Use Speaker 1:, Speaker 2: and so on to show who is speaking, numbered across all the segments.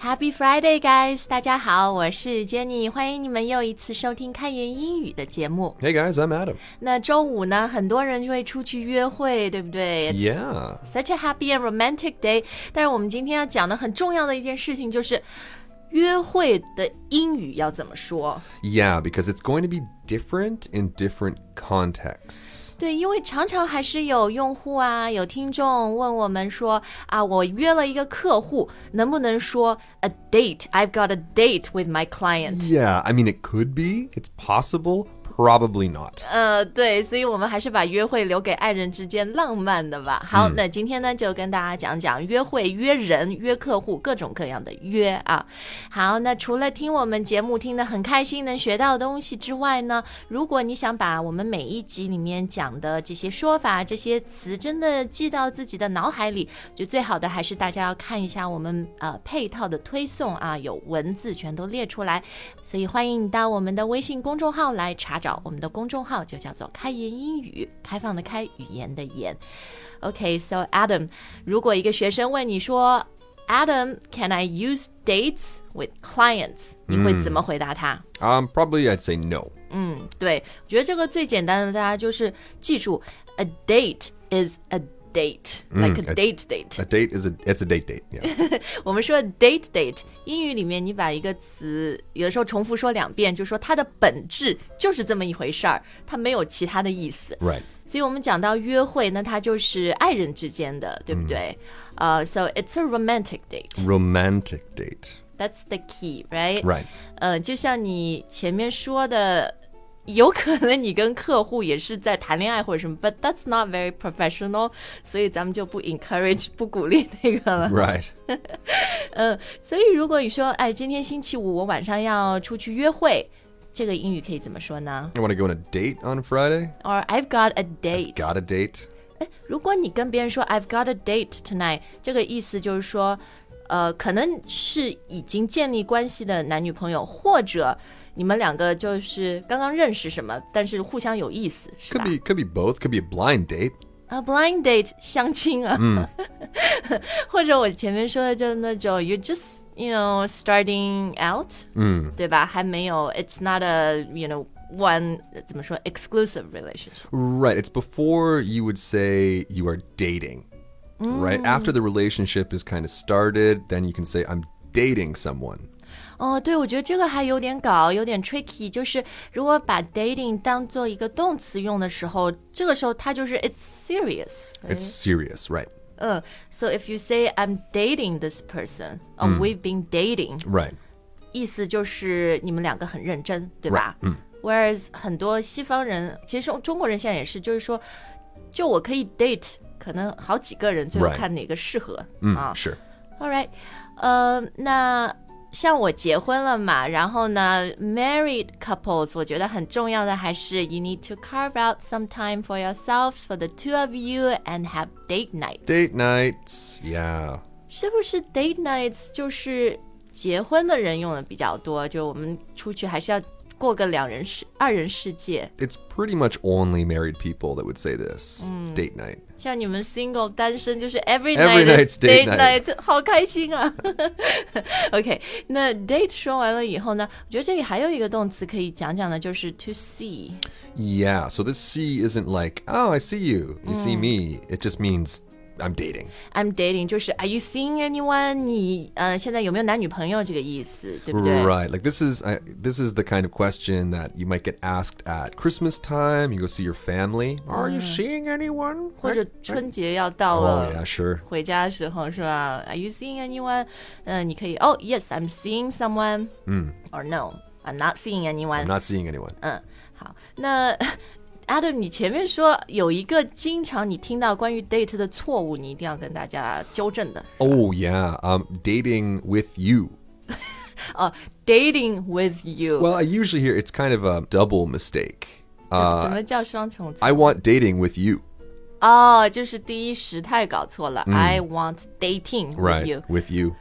Speaker 1: Happy Friday, guys！大家好，我是 Jenny，欢迎你们又一次收听《开言英语》的节目。
Speaker 2: Hey guys, I'm Adam.
Speaker 1: 那周五呢，很多人就会出去约会，对不对
Speaker 2: Yeah.
Speaker 1: Such a happy and romantic day。但是我们今天要讲的很重要的一件事情就是，约会的英语要怎么说？
Speaker 2: Yeah, because it's going to be different in different contexts.
Speaker 1: 对，因为常常还是有用户啊，有听众问我们说啊，我约了一个客户，能不能说 a date？I've got a date with my client。
Speaker 2: Yeah, I mean, it could be, it's possible, probably not.
Speaker 1: 呃，对，所以我们还是把约会留给爱人之间浪漫的吧。好，那今天呢，就跟大家讲讲约会、约人、约客户各种各样的约啊。好，那除了听我们节目听得很开心，能学到东西之外呢，如果你想把我们每一集里面讲的这些说法、这些词真的记到自己的脑海里，就最好的还是大家要看一下我们呃配套的推送啊，有文字全都列出来，所以欢迎你到我们的微信公众号来查找，我们的公众号就叫做“开言英语”，开放的开，语言的言。OK，so、Adam，如果一个学生问你说，Adam，can I use dates with clients？你会怎么回答他？
Speaker 2: Um, probably I'd say no.
Speaker 1: 嗯，对，我觉得这个最简单的，大家就是记住，a date is a date，like、a
Speaker 2: a-
Speaker 1: date date。
Speaker 2: A date is a, it's a date date, yeah.
Speaker 1: 我们说 date date，英语里面你把一个词有的时候重复说两遍，就说它的本质就是这么一回事儿，它没有其他的意思。
Speaker 2: right.
Speaker 1: 所以我们讲到约会，那它就是爱人之间的，对不对？呃、s o it's a romantic date.
Speaker 2: Romantic date.
Speaker 1: That's the key, right?
Speaker 2: Right.
Speaker 1: 呃，就像你前面说的。有可能你跟客户也是在谈恋爱或者什么，but that's not very professional，所以咱们就不 encourage 不鼓励那个了。
Speaker 2: Right.
Speaker 1: 所以，如果你说，哎，今天星期五，我晚上要出去约会，这个英语可以怎么说呢
Speaker 2: I want to go on a date on Friday.
Speaker 1: ？Or I've got a date。哎
Speaker 2: Got a date.
Speaker 1: 如果你跟别人说 I've got a date tonight，这个意思就是说，呃，可能是已经建立关系的男女朋友，或者你们两个就是刚刚认识什么，但是互相有意思，是
Speaker 2: Could
Speaker 1: 吧？
Speaker 2: be could be both. Could be a blind date.
Speaker 1: A blind date 相亲啊， 或者我前面说的就是那种 you just you know starting out，嗯，对吧？还没有，it's not a you know one 怎么说 exclusive relationship。
Speaker 2: Right. It's before you would say you are dating. Right? After the relationship is kind of started, then you can say I'm dating someone.
Speaker 1: 哦，对，我觉得这个还有点搞，有点 tricky。就是如果把 dating 当做一个动词用的时候，这个时候它就是 it's serious。
Speaker 2: It's serious, right?
Speaker 1: 嗯，so if you say I'm dating this person，哦、we've been dating，
Speaker 2: Right.
Speaker 1: 意思就是你们两个很认真，对吧？嗯。Whereas 很多西方人，其实中国人现在也是，就是说，就我可以 date 可能好几个人，最后
Speaker 2: Right
Speaker 1: 看哪个适合、啊。
Speaker 2: Sure.
Speaker 1: All right，呃，那像我结婚了嘛，然后呢，married couples，我觉得很重要的还是 you need to carve out some time for yourselves for the two of you and have date night。
Speaker 2: Date nights. Yeah.
Speaker 1: 是不是 date nights 就是结婚的人用的比较多？就我们出去还是要过个两人世、二人世界。
Speaker 2: It's pretty much only married people that would say this. Date night.
Speaker 1: 像你们 single 单身，就是 every
Speaker 2: Every
Speaker 1: night
Speaker 2: night's
Speaker 1: is
Speaker 2: date
Speaker 1: date
Speaker 2: night
Speaker 1: night，好开心啊 ！OK，那 date 说完了以后呢，我觉得这里还有一个动词可以讲讲的，就是 to see。
Speaker 2: Yeah. So this see isn't like, oh, I see you. You see me. It just means I'm dating.
Speaker 1: I'm dating，就是 Are you seeing anyone？你呃，现在有没有男女朋友这个意思，对不对
Speaker 2: Right. Like this is I, this is the kind of question that you might get asked at Christmas time. You go see your family. Are
Speaker 1: Mm.
Speaker 2: you seeing anyone?
Speaker 1: 或者春节要到
Speaker 2: Oh
Speaker 1: 了。
Speaker 2: yeah, sure.
Speaker 1: 回家的时候是吧？Are you seeing anyone？嗯、你可以哦、y e s I'm seeing someone。嗯，or no，I'm not seeing anyone。
Speaker 2: I'm not seeing anyone.
Speaker 1: 嗯，好，那 Adam，你前面说有一个经常你听到关于 date 的错误，你一定要跟大家纠正的
Speaker 2: Oh yeah. Um, dating with you.
Speaker 1: 哦、d a t i n g with you，
Speaker 2: Well, I usually hear it's kind of a double mistake.
Speaker 1: 怎
Speaker 2: 呃
Speaker 1: 怎么叫双重错？
Speaker 2: I want dating with you.
Speaker 1: 哦、就是第一时态搞错
Speaker 2: 嗯
Speaker 1: 了、i want dating with you。
Speaker 2: With you.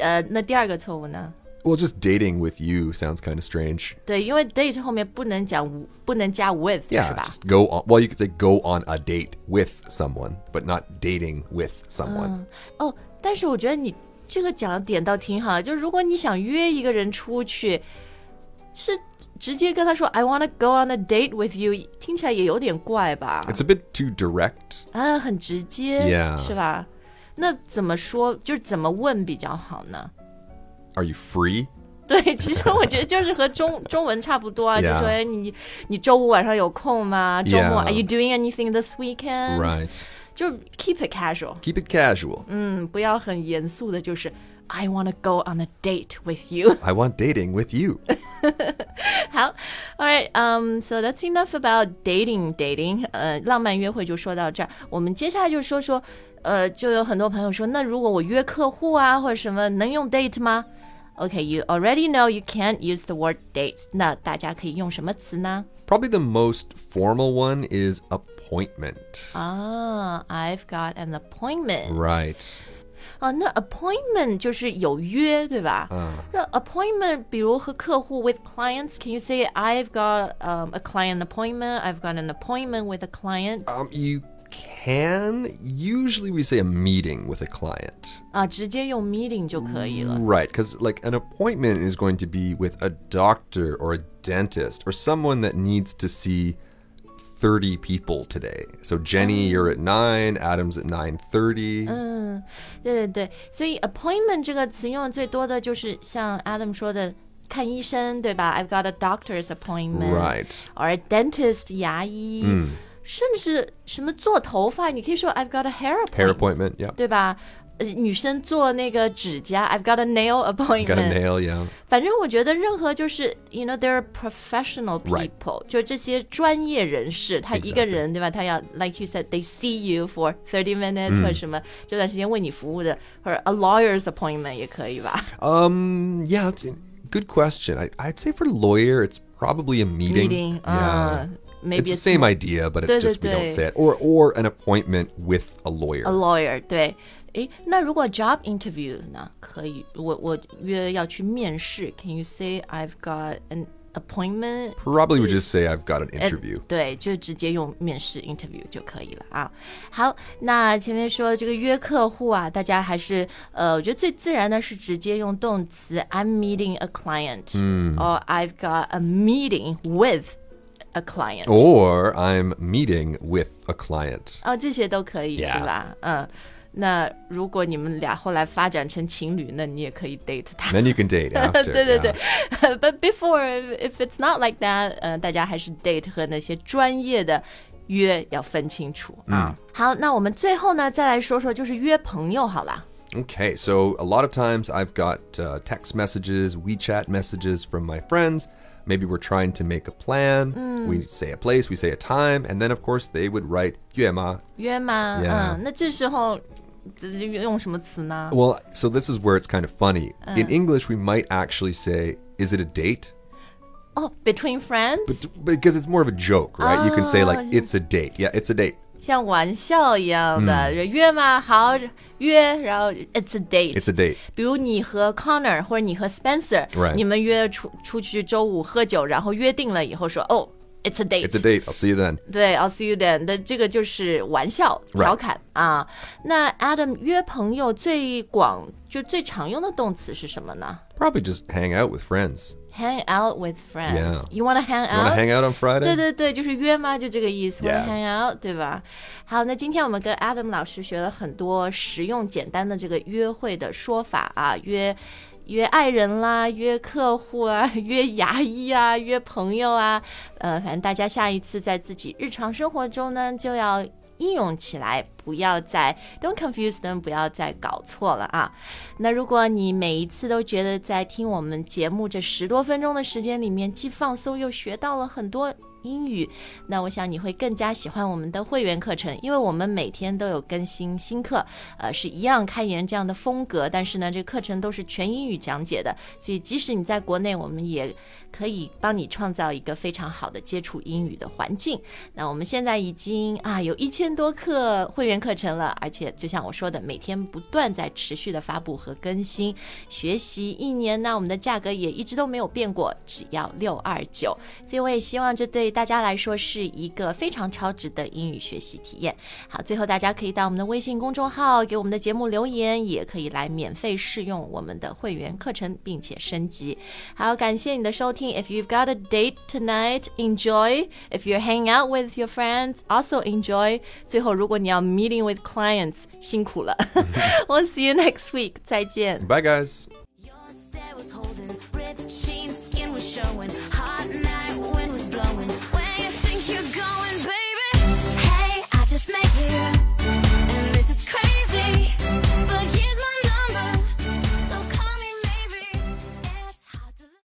Speaker 1: 呃，那第二个错误呢？
Speaker 2: Well, just dating with you sounds kind of strange.
Speaker 1: 对，因为 date 后面不能讲不能加 with 是
Speaker 2: Yeah,
Speaker 1: 吧？
Speaker 2: just go on. Well, you could say go on a
Speaker 1: Oh,
Speaker 2: date with someone, but not dating with someone.
Speaker 1: 哦，但是我觉得你这个讲的点倒挺好的，就是如果你想约一个人出去，是直接跟他说 I wanna go on a date with you，听起来也有点怪吧？
Speaker 2: It's a bit too direct.
Speaker 1: 啊，很直接
Speaker 2: 呃 Yeah
Speaker 1: 是吧？那怎么说，就是怎么问比较好呢？
Speaker 2: Are you free?
Speaker 1: 对，其实我觉得就是和中中文差不多啊，就
Speaker 2: Yeah
Speaker 1: 说哎你你周五晚上有空吗？周末
Speaker 2: Yeah
Speaker 1: Are you doing anything this weekend？、
Speaker 2: Right.
Speaker 1: 就是 keep it casual，
Speaker 2: Keep it casual.
Speaker 1: 嗯，不要很严肃的，就是 I wanna go on a date with you。
Speaker 2: I want dating with you.
Speaker 1: 好，All right, um, so that's enough about dating. Dating，呃，浪漫约会就说到这儿。我们接下来就说说，呃，就有很多朋友说，那如果我约客户啊或者什么，能用 date 吗？Okay, you already know you can't use the word date. 那大家可以用什么词呢？
Speaker 2: Probably the most formal one is appointment.
Speaker 1: Ah. 啊、i v e got an appointment.
Speaker 2: Right.
Speaker 1: 啊，那 appointment 就是有约，对吧？嗯。那 appointment，比如和客户 with clients，can you say I've got um a client appointment? I've got an appointment with a client.
Speaker 2: Um, you can usually we say a meeting with a client,
Speaker 1: 啊，直接用 meeting 就可以了。
Speaker 2: right? Because like an appointment is going to be with a doctor or a dentist or someone that needs to see thirty people today. So Jenny, you're at nine. Adam's at nine thirty.
Speaker 1: 对对对，所以 appointment 这个词用的最多的就是像 Adam 说的看医生，对吧？I've got a doctor's appointment，or、
Speaker 2: Right. 嗯
Speaker 1: a dentist 牙医，甚至什么做头发，你可以说 I've got a hair appointment，,
Speaker 2: Hair appointment. Yeah.
Speaker 1: 对吧？呃，女生做那个指甲，I've got a nail appointment。
Speaker 2: Got a nail. Yeah.
Speaker 1: 反正我觉得任何就是，you know，there are professional
Speaker 2: Right.
Speaker 1: people，、就这些专业人士，他
Speaker 2: Exactly.
Speaker 1: 一个人对吧？他要 like you said，they see you for thirty minutes、或者什么这段时间为你服务的，或者 a lawyer's appointment 也可以吧
Speaker 2: Um. Yeah. It's a good question. I, I'd say for lawyer, it's probably a meeting.
Speaker 1: ？meeting，
Speaker 2: Yeah.
Speaker 1: 嗯、m a y
Speaker 2: It's
Speaker 1: b e
Speaker 2: the same idea, but it's just we don't
Speaker 1: 对，对，对。
Speaker 2: say it. Or or an appointment with a lawyer.
Speaker 1: a lawyer 对。诶，那如果 job interview 呢？可以，我我约要去面试，Can you say I've got an appointment？
Speaker 2: Probably would just say I've got an interview.
Speaker 1: 呃对，就直接用面试 interview 就可以了啊。好，那前面说这个约客户啊，大家还是呃，我觉得最自然的是直接用动词 I'm meeting a client，嗯，or I've got a meeting with a client。
Speaker 2: 哦 Or I'm meeting with a client.
Speaker 1: 哦，这些都可以
Speaker 2: Yeah
Speaker 1: 是吧？嗯，那如果你们俩后来发展成情侣，那你也可以 date 他。
Speaker 2: Then you can date after.
Speaker 1: 对对
Speaker 2: yeah.
Speaker 1: 对，But before if it's not like that，呃，大家还是 date 和那些专业的约要分清楚啊。好，那我们最后呢，再来说说就是约朋友好了。
Speaker 2: Okay, so a lot of times I've got uh, text messages, WeChat messages from my friends. Maybe we're trying to make a plan.
Speaker 1: Mm.
Speaker 2: We say a place, we say a time, and then of course they would write "约吗?"
Speaker 1: 约吗
Speaker 2: Yeah
Speaker 1: 嗯，那这时候这用什么词呢？
Speaker 2: Well, so this is where it's kind of funny.
Speaker 1: Uh.
Speaker 2: In English, we might actually say, "Is it a date?" Oh。
Speaker 1: 哦、b e t w e e n friends，
Speaker 2: But because it's more of a joke, right? you can say
Speaker 1: Oh,
Speaker 2: like,
Speaker 1: yeah.
Speaker 2: "It's a date." Yeah, it's a date.
Speaker 1: 像玩笑一样的、约吗？好约，然后 it's a date。
Speaker 2: It's a date.
Speaker 1: 比如你和 Connor 或者你和 Spencer，、
Speaker 2: Right
Speaker 1: 你们约出出去周五喝酒，然后约定了以后说，哦、i t s a date，,
Speaker 2: It's a date. I'll see you then.
Speaker 1: 对，I'll see you then。但这个就是玩笑、调侃啊。那 Adam 约朋友最广就最常用的动词是什么呢
Speaker 2: Probably just hang out with friends.
Speaker 1: ？Hang out with friends.
Speaker 2: Yeah.
Speaker 1: You wanna hang
Speaker 2: Want to
Speaker 1: out?
Speaker 2: hang out on Friday?
Speaker 1: 对对对，就是约吗？就这个意思。
Speaker 2: Yeah.
Speaker 1: Wanna hang out，对吧？好，那今天我们跟 Adam 老师学了很多实用简单的这个约会的说法啊，约约爱人啦，约客户啊，约牙医啊，约朋友啊，呃，反正大家下一次在自己日常生活中呢，就要应用起来，不要再 don't confuse them，不要再搞错了啊。那如果你每一次都觉得在听我们节目这十多分钟的时间里面，既放松又学到了很多。英语，那我想你会更加喜欢我们的会员课程，因为我们每天都有更新新课，呃，是一样开源这样的风格，但是呢，这课程都是全英语讲解的，所以即使你在国内，我们也可以帮你创造一个非常好的接触英语的环境。那我们现在已经啊有一千多课会员课程了，而且就像我说的，每天不断在持续的发布和更新。学习一年呢，我们的价格也一直都没有变过，只要六二九。所以我也希望这对大家来说是一个非常超值的英语学习体验。好，最后大家可以到我们的微信公众号给我们的节目留言，也可以来免费试用我们的会员课程，并且升级。好，感谢你的收听。If you've got a date tonight, enjoy. If you're hanging out with your friends, also enjoy. 最后，如果你要 meeting with clients，辛苦了。we'll see you next week. 再见。
Speaker 2: Bye, guys.
Speaker 3: Your stare was holding